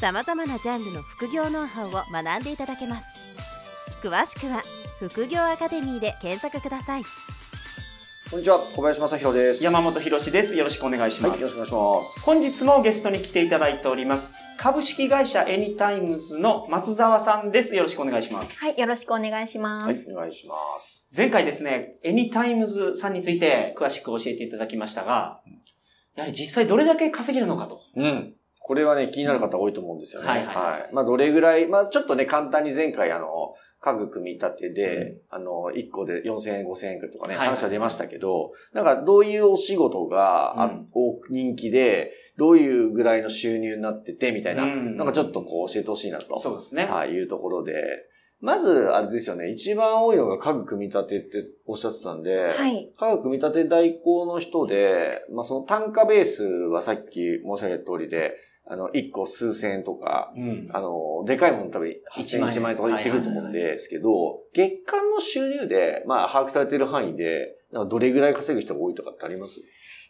さまざまなジャンルの副業ノウハウを学んでいただけます詳しくは「副業アカデミー」で検索くださいこんにちは、小林正弘です。山本博史です。よろしくお願いしはい、まよす。ろしくお願いします。本日もゲストに来ていただいております。株式会社エニタイムズの松沢さんです。よろしくお願いします。はい、よろしくお願いします。はい、お願いします。前回ですね、エニタイムズさんについて詳しく教えていただきましたが、やはり実際どれだけ稼げるのかと。うん。これはね、気になる方多いと思うんですよね。はいはいまあ、どれぐらい、まあ、ちょっとね、簡単に前回、あの、家具組み立てで、あの、1個で4000円、5000円とかね、はいはい話は出ましたけど、なんか、どういうお仕事が、あうんお人気で、どういうぐらいの収入になってて、みたいな、うんなんかちょっとこう、教えてほしいなと。そうですね。はい、いうところで。まず、あれですよね、一番多いのが家具組み立てっておっしゃってたんで、はい。家具組み立て代行の人で、まあ、その単価ベースはさっき申し上げた通りで、あの、1個数千円とか、うん。あの、でかいもの多分1 1万万円円、1万円とか言ってくると思うんですけど、月間の収入で、まあ、把握されている範囲で、なんかどれぐらい稼ぐ人が多いとかってあります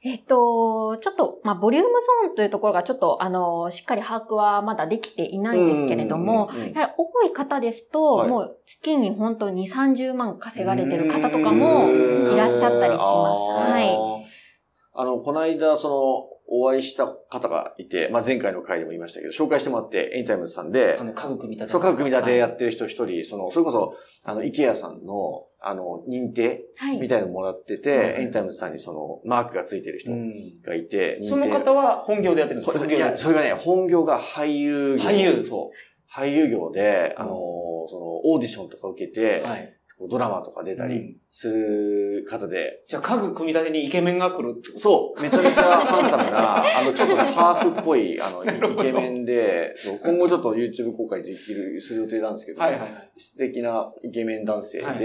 えっと、ちょっと、まあ、ボリュームゾーンというところがちょっと、あの、しっかり把握はまだできていないんですけれども、うんうんうんうんやはり多い方ですと、はいもう月に本当に30万稼がれてる方とかもうんいらっしゃったりしあーます。はあの、この間、その、お会いした方がいて、まあ、前回の回でも言いましたけど、紹介してもらって、エニタイムズさんであ、の、家具組み立て。そう、各組み立てやっってる人一人、その、それこそ、あの、イケアさんの、あの、認定い。はみい。たいのもらってはいて、エンタイムズさんにその、マークがついてる人がいて、認定その方は本業でやってるんですそかういや、それがね、本業が俳優業。俳優そう。俳優業で、あのー、その、オーディションとか受けて、はい。こうドラマとか出たうりんする方で、じゃあ家具組み立てにイケメンが来るってことそう、めちゃめちゃハンサム な、あの、ちょっとね、ハーフっぽい、あの、イケメンで、そう今後ちょっと YouTube 公開できる、する予定なんですけど、はいはいはい。素敵なイケメン男性で、はい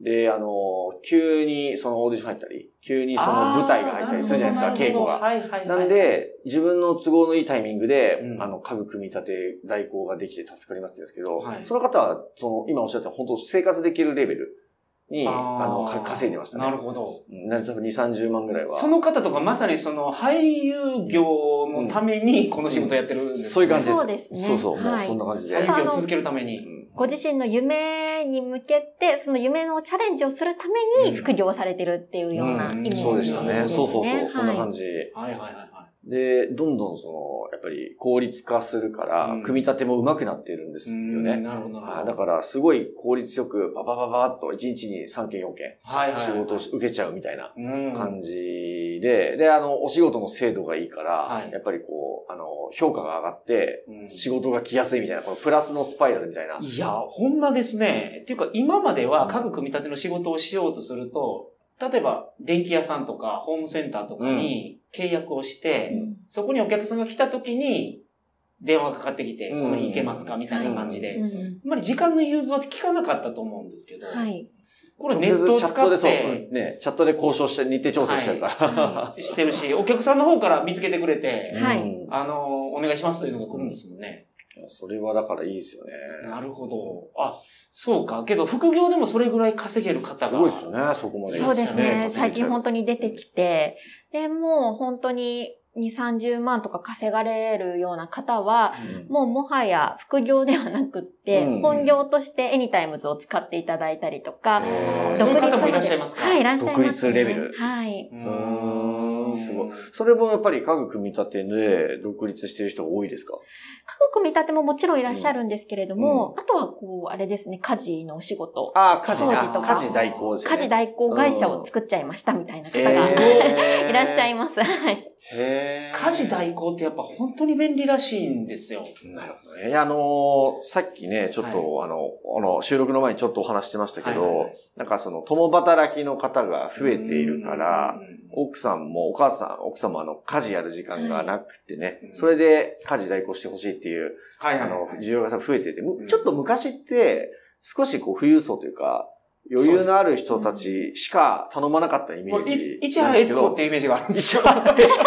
で、あの、急にそのオーディション入ったり、急にその舞台が入ったりするじゃないですか、稽古が。はいはいはい。なん、で、自分の都合のいいタイミングで、うんあの、家具組み立て代行ができて助かりますって言うんですけど、はいその方は、その、今おっしゃった本当生活できるレベルに、あの、か稼いでましたね。なるほど。うんなんか多分2、30万ぐらいは。その方とかまさにその俳優業のためにこの仕事やってるんです、そういう感じです。そうですねそうそう、もうはいそんな感じで。俳また優業を続けるために。ご自身の夢に向けて、その夢のチャレンジをするためうんに副業をされてるっていうようなイメージ、身そうでしたね。ですねそうそうそう、そんなはい感じ。はいはいはいはで、どんどんその、やっぱり効率化するから、うん組み立ても上手くなってるんでい。すよね。なるほどなあるほど。だから、すごい効率よく、パパパパッと、1日に3件4件、はいはい、仕事を受けちゃうみたいなうん。感じで、で、あの、お仕事の精度がいいから、はいやっぱりこう、あの、評価が上がって、うん仕事が来やすいみたいな、このプラスのスパイラルみたいな。いや、ほんまですね。っていうか、今までは家具組み立ての仕事をしようとすると、例えば、電気屋さんとか、ホームセンターとかに契約をして、うんそこにお客さんが来た時に、電話がかかってきて、うんこの日行けますかみたいな感じで。うんうんあんまり時間の融通は聞かなかったと思うんですけど、 はい。これネットを使直接チャットでっそう、てうんね、チャットで交渉して日程調整しちゃうから。はしてるし、お客さんの方から見つけてくれいて、はうんあの、お願いしますというのが来るんですもんね。いやそれはだからいいですよね。なるほど。あ、そうか。けど、副業でもそれぐらい稼げる方すが。ごいですよね、そこまで。そうですね。最近本当当に出てきて、で、もう本当に2、30万とか稼がれるような方は、もうもはや副業ではなくって、うん本業としてエニタイムズを使っていただいたりとか、へーそういうまで方もいらっしゃいますかはい、いらっしゃいます、ね。独立レベルはい。ううーんすごいそれもやっぱり家具組み立てで独立してる人が多いですか家具組み立てももちろんいらっしゃるんですけれども、あとはこう、あれですね、家事のお仕事。ああ、家事掃除とか家事代行ですよ家ね。事代行会社を作っちゃいましたみたいな方が、が いらっしゃいまます。はい。す。へー家事代行ってやっぱ本当に便利らしいんですよ。なるほどね。いやあのーさっきね、ちょっと、あの、あの、収録の前にちょっとお話ししてましたけど、はいはいはいなんかその、共働きの方が増えているから、うん、奥さんもお母さん、奥様の家事やる時間がなくてね、うんそれで家事代行してほしいっていう、はいあはい、のは、い。需要が多分増えてて、むうんちょっと昔って、少しこう富裕層というか、余裕のある人たちしか頼まなかったイメもーうジ。い市原悦子っていうイメージがあるんですよ。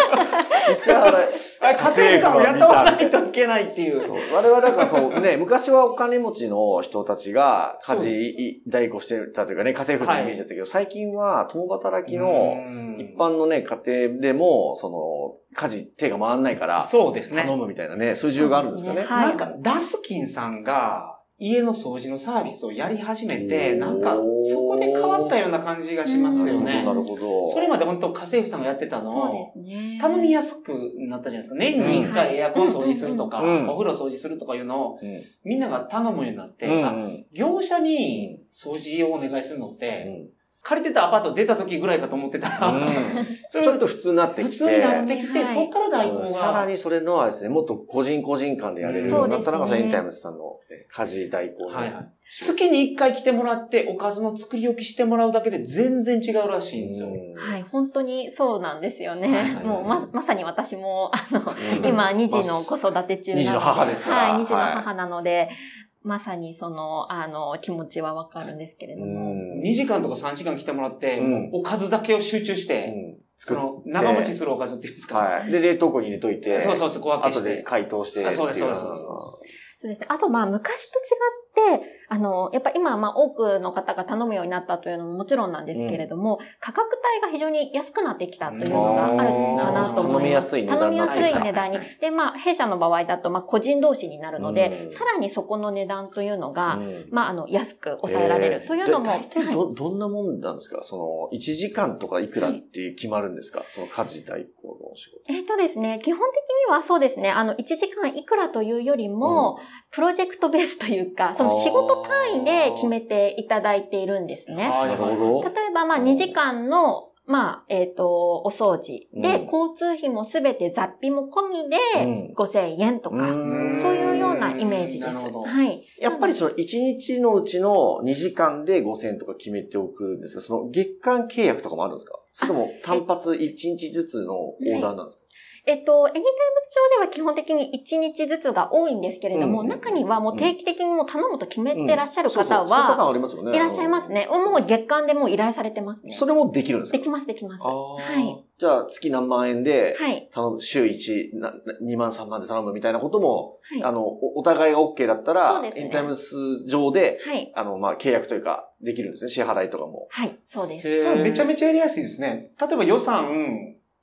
市原あれ、家政婦さんを雇わないといけないっていう。そう。我々だからそう ね、昔はお金持ちの人たちが家そうです事代行してたというかね、家政婦のイメージだったけど、最近は共働きの一般のね、家庭でも、その、家事手が回らないから、そうですね。頼むみたいなね、そういう需要があるんですかね。はいなんか、ダスキンさんが、家の掃除のサービスをやり始めおて、ーなんか、そこで変わったような感じがしますよねな。るほどなるほど。それまで本当家政婦さんがやってたのそうでを、すね。頼みやすくなったじゃないですか。年に1回エアコン掃除するとか、うんお風呂掃除するとかいうのを、うんみんなが頼むようになって、あうんうん業者に掃除をお願いするのって、うん借りてたアパート出た時ぐらいかと思ってたら、 それちょっと普通になって普きて、通になってきて、はいそっから代行が、さらにそれのあれですね、もっと個人個人間でやれるようになったのが、そうですイねンタイムズさんのえ家事代行の。はいはい月に1回来てもらって、おかずの作り置きしてもらうだけで全然違うらしいんですよ。うんはい、本当にそうなんですよはいはいねは。いもうま、まさに私も、あの、うん今、2児の子育て中なので。二児の母ですからはい、2児のはい母なので、まさにその、あの、気持ちはわかるんですけれどうも。ん2時間とか3時間来てもらって、うんおかずだけを集中して、うんそ作っの、長持ちするおかずっていうんですか、はい。で、冷凍庫に入れといて、そうそうそう、小分け後しでて。解凍してってい。あそうですそうですそうですそうですね。あと、まあ、昔と違って、あの、やっぱ今、まあ、多くの方が頼むようになったというのももちろんなんですけれども、価格帯が非常に安くなってきたというのがあるかなと思います。頼みやすい値段に頼みなやってすきたい値段に。で、まあ、弊社の場合だと、まあ、個人同士になるので、うんさらにそこの値段というのうが、んまあ、あの、安く抑えられえるーというのも、だ大体はいど、どんなもんなんですかその、1時間とかいくらっていう決まるんですかその家事代行のお仕事。えっ、とですね、基本的にはそうですね、あの、1時間いくらというよりも、プロジェクトベースというか、その仕事単位で決めていただいているんですね。はいなるほど。例えば、まあ、うん2時間の、まあ、えっ、と、お掃除で、うん交通費もすべて雑費も込みでうん、 5000円とか、うんそういうようなイメージです。なるほどはい。やっぱりその1日のうちの2時間で5000とか決めておくんですかその月間契約とかもあるんですかそれとも単発1日ずつのオーダーなんですかえっと、エニタイムズ上では基本的に1日ずつが多いんですけれども、うん中にはもう定期的にもう頼むと決めてらっしゃるそうそう方そういうパターンは、ありますよね。いらっしゃいますね。もう月間でもう依頼されてますね。それもできるんですかできます、できます。あはーはいじゃあ月何万円で、い。頼む、週1、なな2万3万で頼むみたいなことも、はい。あはの、おお互いが OK だったら、そうですイねンタイムス上で、い。あの、まあ、契約というか、できるんですね。支払いとかも。はい。そうです。へーそう、めちゃめちゃやりやすいですね。例えば予算、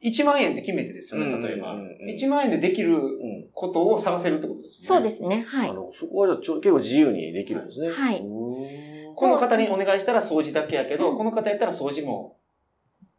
1万円で決めてですようんね、例えばうんうん。うん1万円でできるうん。ことを探せるってことですよね。そうですね。はあい。の、そこはじゃあちょ結構自由にできるんですね。はいうーんこの方にお願いしたら掃除だけやけど、うんこの方やったら掃除も、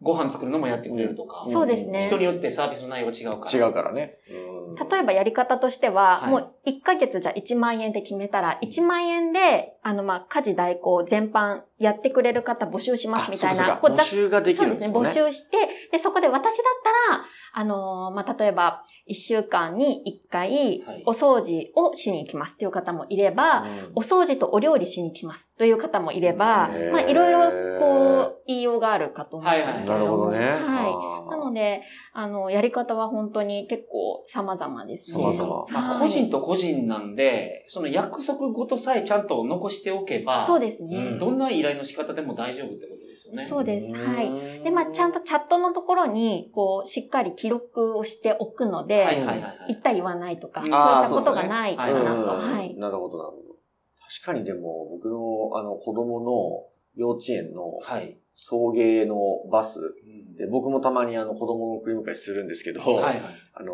ご飯作るのもやってくれるとか、んそうですね。人によってサービスの内容が違うから。違うからね。うん例えばやり方としては、はいもう1ヶ月じゃ1万円で決めたら、1万円で、あの、まあ、家事代行全般やってくれる方募集しますみたいあな、そうかそうこかうざ募集ができそうるんでですすね。よね。募集して、で、そこで私だったら、あのーまあ、例えば、1週間に1回はい、お掃除をしに行きますっていう方もいれば、うんお掃除とお料理しに行きますという方もいればへー、まあ、いろいろ、こう、言いようがあるかと思うんですけれども。なるほどね。はい。なのはで、あの、やり方は本当に結構様々ですね。そう様そ々う。まはあ、い個人と個人なんで、その約束ごとさえちゃんと残しておけば、そうですね。どんな依頼の仕方でも大丈夫ってことですよね。そうですはいいで、まあ、ちゃんとチャットのところに、こう、しっかり記録をしておくので、はいはいはいはい言った言わないとか、あそういーったそうこですねとがないかうなと。んはい。なるほど、なるほど。確かにでも、僕の、あの、子供の幼稚園のはい。送迎のバスで、で僕もたまにあの、子供の送り迎えするんですけど、はいはい。あの、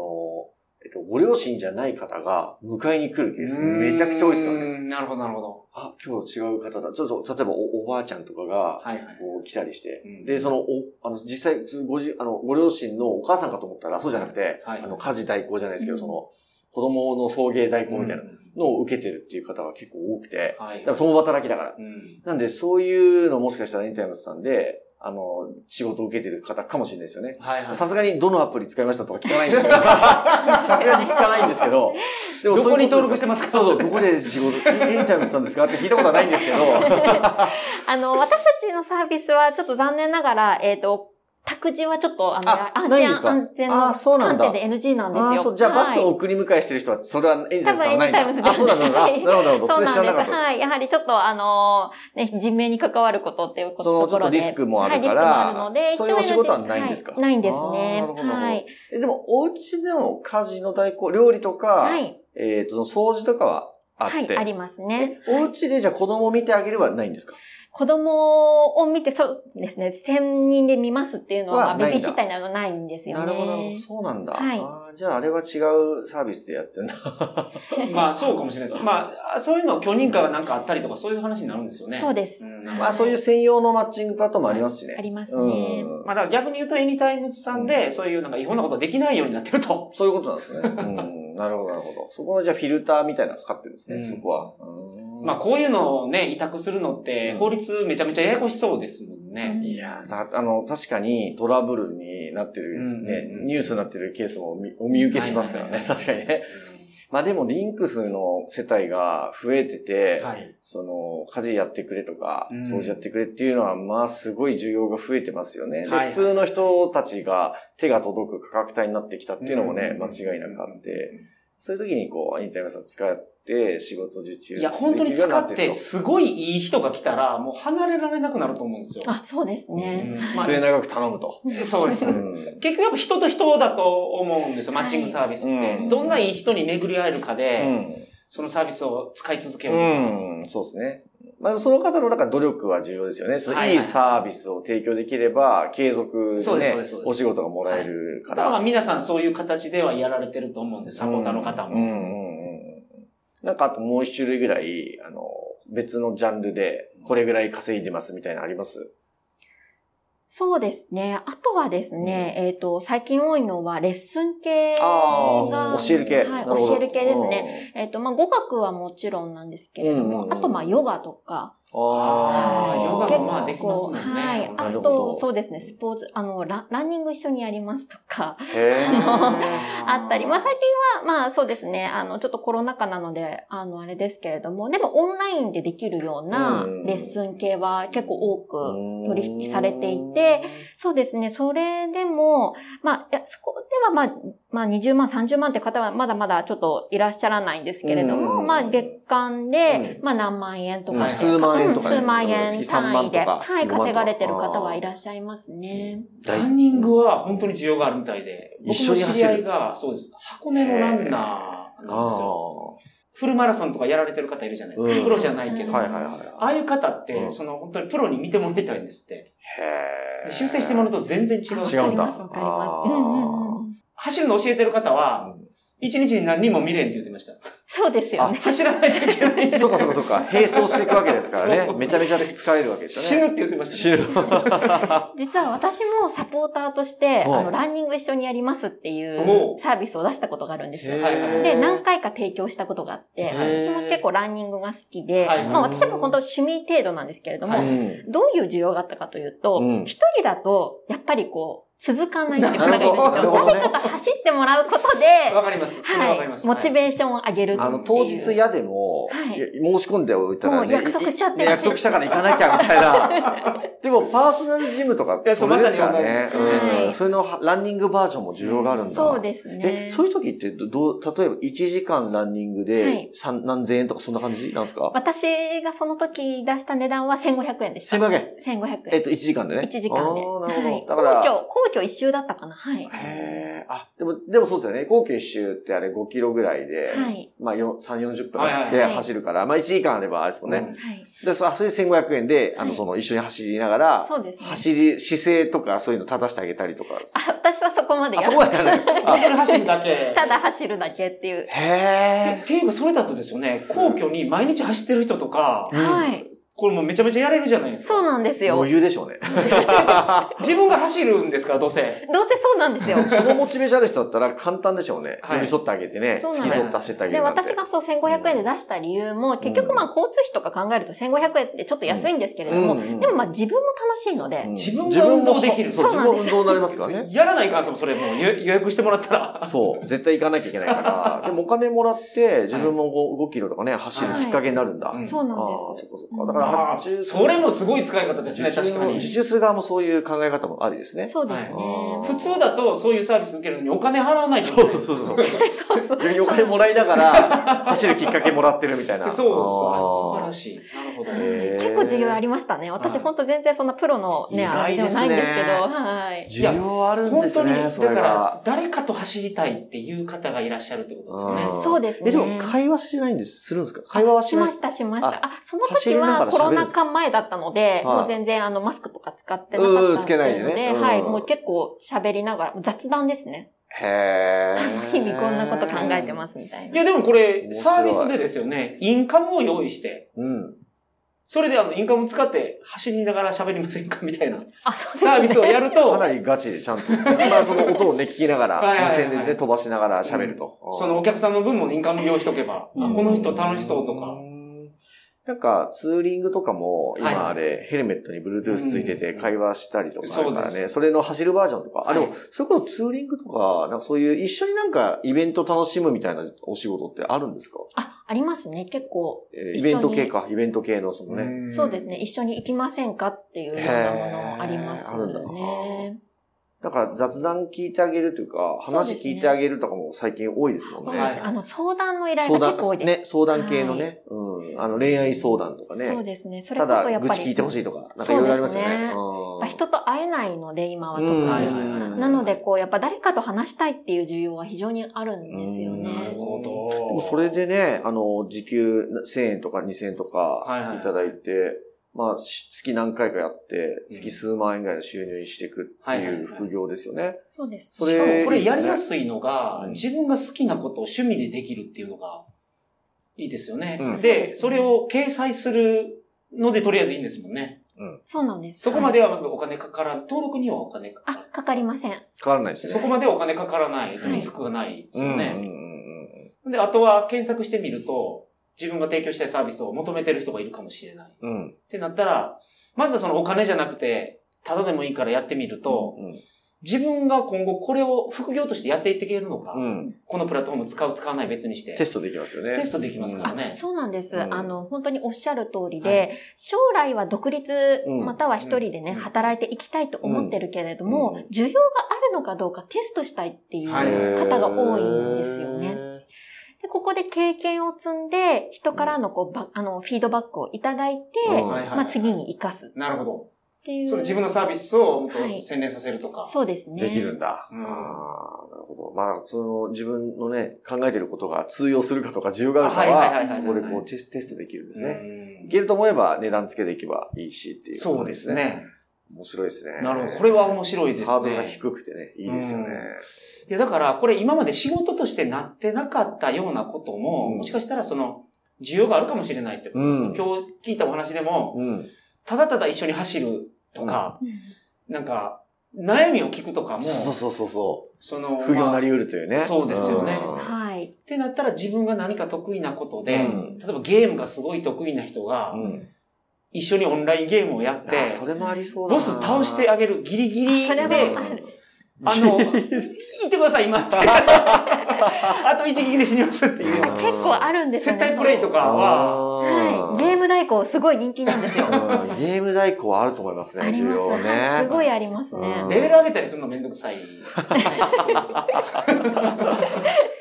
えっと、ご両親じゃない方が迎えに来るケース、めちゃくちゃ多いですからね。うーんなるほど、なるほど。あ、今日違う方だ。ちょっと、例えばおおばあちゃんとかが、はいはい。こう来たりしてうん、で、その、お、あの、実際、そのごじ、あの、ご両親のお母さんかと思ったら、そうじゃなくて、はいあの、家事代行じゃないですけど、うんその、子供の送迎代行みたいなうんのを受けてるっていう方が結構多くて、はい。だから共働きだから。うんなんで、そういうのもしかしたらインタイムズさんで、あの、仕事を受けてる方かもしれないですよね。はいはい。さすがにどのアプリ使いましたとか聞かないんです けど、さすがに聞かないんですけど、でどそうこいにうと登録してますかそうそう、どこで仕事、インタイムズさんですかって聞いたことは ないんですけど、あの、私たちのサービスは、ちょっと残念ながら、えっ、と、託児はちょっと、あの、あ安ないんで心すか安全あのーそうなん観だ点で NG なんですよ。ああ、そう、じゃあバスをはい送り迎えしてる人は、それはエンジェルスさんはないん多分エンジェルだ。あ、タイムズそうなんだ。あなるほど、なるほど。そそうれ知らななかんったでです。す。はい。やはりちょっと、あのーね、人命に関わることっていうことそのところで。ちょっとリスクもあるはいからリスクもあるので、そういうお仕事はないんですか一応 NG はいないんですあーなるほどね。はい。えでも、お家での家事の代行、料理とか、はい。えっ、と、その掃除とかはあはって。い、ありますね。えお家でじゃあ子供を見てあげればないんですか子供を見て、そうですね、専任で見ますっていうのはないは、んベだビーシッターになるのないんですよね。なるほど、なるほど。そうなんだ。はいあーじゃあ、あれは違うサービスでやってるんだ。まあそうかもしれないです。まあそういうの許認可がなんかあったりとかそういう話になるんですよね。そうですんまあ、そういう専用のマッチングプラットフォームありますしね。ありますうんね。まあだから逆に言うとエニタイムズさんでそういうなんか違法なことできないようになってると。そういうことなんです ね。うん。なるほど、なるほど。そこのじゃあフィルターみたいなのかかってるんですね、うんそこは。うんまあこういうのをね、委託するのって法律めちゃめちゃややこしそうですもんね。いやーだ、あの、確かにトラブルになってる、うんねうんうんニュースになってるケースもお見お見受けしますからはいね、はいはい確かにね。まあでも、リンクスの世帯が増えてて、はい。その、家事やってくれとか、うん掃除やってくれっていうのは、まあ、すごい需要が増えてますよね。ではいはい普通の人たちが手が届く価格帯になってきたっていうのもね、間違いなくあって、そういう時にこう、アニタイムさん使って仕事受注いや、本当にでき使っるようにて、なすごいいい人が来たら、もう離れられなくなると思うんですよ。あ、そうですね。うんると末永く頼むと。まあ そうですう。ん結局やっぱ人と人だと思うんですよ、マッチングサービスって。はいうんどんないい人に巡り会えるかうで、んそのサービスを使い続けようとか。うん、そうですね。まあでもその方のだから努力は重要ですよね。そのはいいいサービスを提供できれば、継続でねそうですそうですそう、ですお仕事がもらえるかだからら。皆さんそういう形ではやられてると思うんです、サポーターの方 うんうも。んうんうんなんかあともう一種類ぐらい、あの、別のジャンルで、これぐらい稼いでますみたいなのありますそうですね。あとはですね、えっ、と、最近多いのはレッスン系ああが、ー、教える系。はいなるほど教える系ですね。えっ、と、まあ、語学はもちろんなんですけれども、うんうんうんあと、まあ、ヨガとか、うん。ああ、はいヨヨガガががままああででききる。ますもんねはい。なあるほどと、そうですね、スポーツ、あの、ラランニング一緒にやりますとか、へああったり、まあ、最近は、まあ、そうですね、あの、ちょっとコロナ禍なので、あの、あれですけれども、でも、オンラインでできるようなうんレッスン系は結構多くー。取引されていて、そうですね。それでも、まあ、いやそこでは、まあ、まあ、20万、30万って方はまだまだちょっといらっしゃらないんですけれども、うんまあ、月間で、うまあ、何万円とうん、か、はい数万円とかね、うん数万月円3単万位とで、かはい、月5万稼とかがれてる方はいらっしゃいますね。ランニングは本当に需要があるみたいで、一僕緒のに知走るり合いが、そうです。箱根のランナーなんですよ。フルマラソンとかやられてる方いるじゃないですうんか。プロじゃないけあど。ーはいはいはい。ああいう方って、うんその本当にプロに見てもらいたいんですって。へでー修正してもらうと全然違う。違うんだわかりますわかります。あーうんうんうん。走るの教えてる方は、一日に何人も見れんって言ってました。そうですよね。走らないといけない。そうかそうかそうか。並走していくわけですからね そ。うめちゃめちゃ疲れるわけです 死よぬっね。て言ってました、死ぬ。実は私もサポーターとして、はいあの、ランニング一緒にやりますっていおうサービスを出したことがあるんですよ。はいはいで、何回回か提供したことがあって、へー私も結構ランニングが好きで、はいまあ私も本当趣味程度なんですけれども、はどういう需要があったかというとうん、一、人だと、やっぱりこう、続かないっていう方がいるんですよ。なるほど誰かと走ってもらうこ とで、わかります。それはわかります。モチベーションを上げるっていう。あの、当日嫌でも、はいいや申し込んでおいたらね。もう約束しちゃっていい約束したから行かなきゃみたい な。でも、パーソナルジムとかっいてやそそうれですからまね。さに同じですうんそれのランニングバージョンも需要があるんだ。そうですね。え、そういう時ってど、どう、例えば1時間ランニングはでい三何千円とかそんな感じなんですか私がその時出した値段は1500円でした。 1500円。 1500円。えっと、1時間でね。 1時間で。あーなるはほいど。だから、皇居、皇居一周だったかな。はい。へえ、あ、でも、でもそうですよね。高級一周ってあれ5キロぐらいで、はい。まあよ3、40はいはいは分いで走るから、まあ1時間あればあれですもんね。はい。で、そあそれで1500円で、あの、はいその一緒に走りながら、そうですね。走り、姿勢とかそういうの正してあげたりとか。あ私はそこまであ、やそらこはやらない。あはい走るだけ。ただ走るだけっていう。へっえ。ていうか、それだとですよね、皇居に毎日走ってる人とか、うんはい。これもうめちゃめちゃやれるじゃないですか。そうなんですよ。余裕でしょうね。自分が走るんですから、どうせ。どうせそうな んですよ。そのモチベーションある人だったら簡単でしょうね。はい寄り添ってあげてね。そうなん付できす添って走ってあげで、るなんて。私がそう1500円で出した理由も、結局まあ交通費とか考えると1500円ってちょっと安いんですけれども、うんうんでもまあ自分も楽しいので、うん自分が運動できるそう、自分そうなんもです運動になりますからね。やらないかんすもん、それもう予予約してもらったら。そう。絶対行かなきゃいけないから。でもお金もらって、自分も 5, 5キロとかね、走るきっかけになるんだ。はいあうんそうあなんー、そでっかそっか。だからああ発注するそれもすごい使い方ですね、受確注かのに受。注する側もそういう考え方もありですね。そうですね。はい普通だと、そういうサービス受けるのにお金払わないと。 そうそうそう。そうそう。逆にお金もらいながら、走るきっかけもらってるみたいな。そう。素晴あーらしい。なるほど。へー結構需要ありましたね。私、はい本当全然そんなプロのね、意あれ外でではすねないんですけど、はい。需要あるんで本す当に、ね、だそれかがら。、誰かと走りたいっていう方がいらっしゃるってことですよね。うんそうですね。え、でも会話しないんです、するんですか会話はししなまいした、しました。ああ、その走時りながはらコ喋るロんでナすか禍前だったので、はいもう全然あのマスクとか使ってなかったうんのうんで、つけないでねうんはい、もう結構喋りながら、もう雑談ですね。へー。日々こんなこと考えてす。ますみたいいな。や、でもこれ、面白いサービスでですよね、インカムを用意して、うん。それであの、インカム使って走りながら喋りませんかみた いなあ、そうですね。サービスをやると、かなりガチでちゃ んと。まあその音をね、聞きながはいはいら、はい宣伝で飛ばしながら喋ると。そのお客さんの分もインカム用意しとけば、うんあこの人楽しそうとか。ん。なんか、ツーリングとかも、今あれ、ヘルメットに Bluetooth ついててうん会話したりとかあるからそうでね、それの走るバージョンとか、あ、ではもい、それこそツーリングとか、なんかそういう一緒になんかイベント楽しむみたいなお仕事ってあるんですかあ、ありますね。結構、えーイ一緒にベント系か、イベント系のそのね。そうですね。一緒に行きませんかっていうようなものありますへーあるんだね。なんか雑談聞いてあげるというか、話聞いてあげるとかも最近多いですもんそうね。ですねあの、相談の依頼相が談結構多いです。ね、相談系のね、うん。あの、恋愛相談とかね。そうですね。それたこそやだ、っぱり。愚痴聞いてほしいとか、なんかいろいろありますよね。やうっんぱ人と会えないので、今は特うに。んはいはいはいなので、こう、やっぱ誰かと話したいっていう需要は非常にあるんですようんなるね。ほでど。もそれでね、あの、時給1000円とか2000円とはいはかいいただいて、まあ、し月何回かやって、うん月数万円ぐらいの収入にしていくってはいはいはいいう副業ですよね。そうです。そしかもれいこれいですやねりやすいのが、うん自分が好きなことを趣味でできるっていうのがいいですよね。うんで、それを掲載するのでとりあえずいいんですもんね。そうなんです。そこまではまずお金かからん、登録にはお金かかあらん、かかりません。かからないですよそね。こまではお金かからない、はいリスクがないですうんようんうね。んで、あとは検索してみると、自分が提供したいサービスを求めてる人がいるかもしれない。っうんうん。てなったら、まずはそのお金じゃなくて、ただでもいいからやってみると、うん自分が今後これを副業としてやっていっていけるのか、うん。このプラットフォーム使う使わない別にして。テストできますよね。テストできますからね。そうなんです。うんあの、本当におっしゃる通りで、はい将来は独立、うんまたは一人でね、うん働いていきたいと思ってるけれども、うん需要があるのかどうかテストしたいっていうはへー方が多いんですよね。。でここで経験を積んで、人からのこう、ばあの、フィードバックをいただいて、うんはいはいまあ次に生かすっなるほど。ていう。その自分のサービスをもっはいと洗練させるとか。そうですね。できるんだ。うんああ、なるほど。まあ、その自分のね、考えてることが通用するかとか需要があるかあはいはいはいは、はいそこでこうテステストできるんですね。うんいけると思えば値段つけていけばいいしっていう、そうです。ね。面白いですね。なるほど。これは面白いですね。ハードルが低くてね、いいですよね。いや、だから、これ今まで仕事としてなってなかったようなことうも、んもしかしたらその、需要があるかもしれないってことですね、うん今日聞いたお話でも、うん。ただただ一緒に走るとか、うんなんか、悩みを聞くとかも、そうそうそうそそのう。、不業なりまあ得るというね。そうですよねうんはい。ってなったら自分が何か得意なことうで、ん例えばゲームがすごい得意な人が、うん。一緒にオンラインゲームをやっで、て、それもありそうだなボス倒してあげるギリギリそれでも、ある あの、 言ってください、今。あと一撃で死にますっていうようあな。結構あるんですよ接ね。待プレイとかは、はい。ゲーム代行すごい人気なんで すよ。ーム。ゲーム代行はあると思いますね、あり需ます要ははい。ねす。ごいありますね。うんレベル上げたりするのめんどく さい。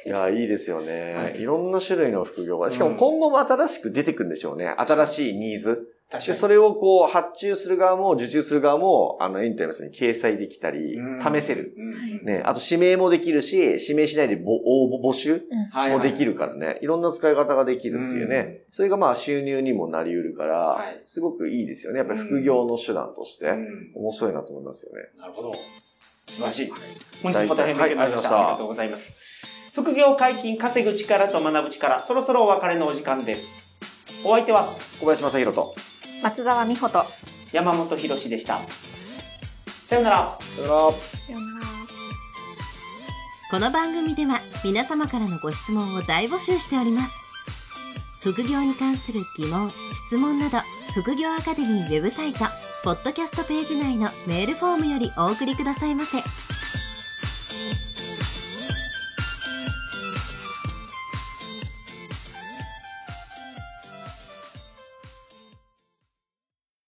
いや、いいですよね、はいい。ろんな種類の副業が。しかうもん今後も新しく出てくるんでしょうね。新しいニーズ。確で、かそれをこう、発注する側も、受注する側も、あの、エンタイムスに掲載できたりに。、試せる。うん。ね、あと指名もできるし、指名しないでぼ応募募集はいはいもできるからね、いろんな使い方ができるっていうね、それがまあ収入にもなり得るから、はいすごくいいですよね。やっぱり副業の手段としうて、ん面白いなと思いますよね。なるほど。素晴らしい。本日も大変は勉強いになりました。あはいりがとうございます。副業解禁、稼ぐ力と学ぶ力、そろそろお別れのお時間です。お相手は小林正宏と。松沢美穂と。山本博史でした。さよなら。さよなら。この番組では皆様からのご質問を大募集しております副業に関する疑問・質問など副業アカデミーウェブサイトポッドキャストページ内のメールフォームよりお送りくださいませ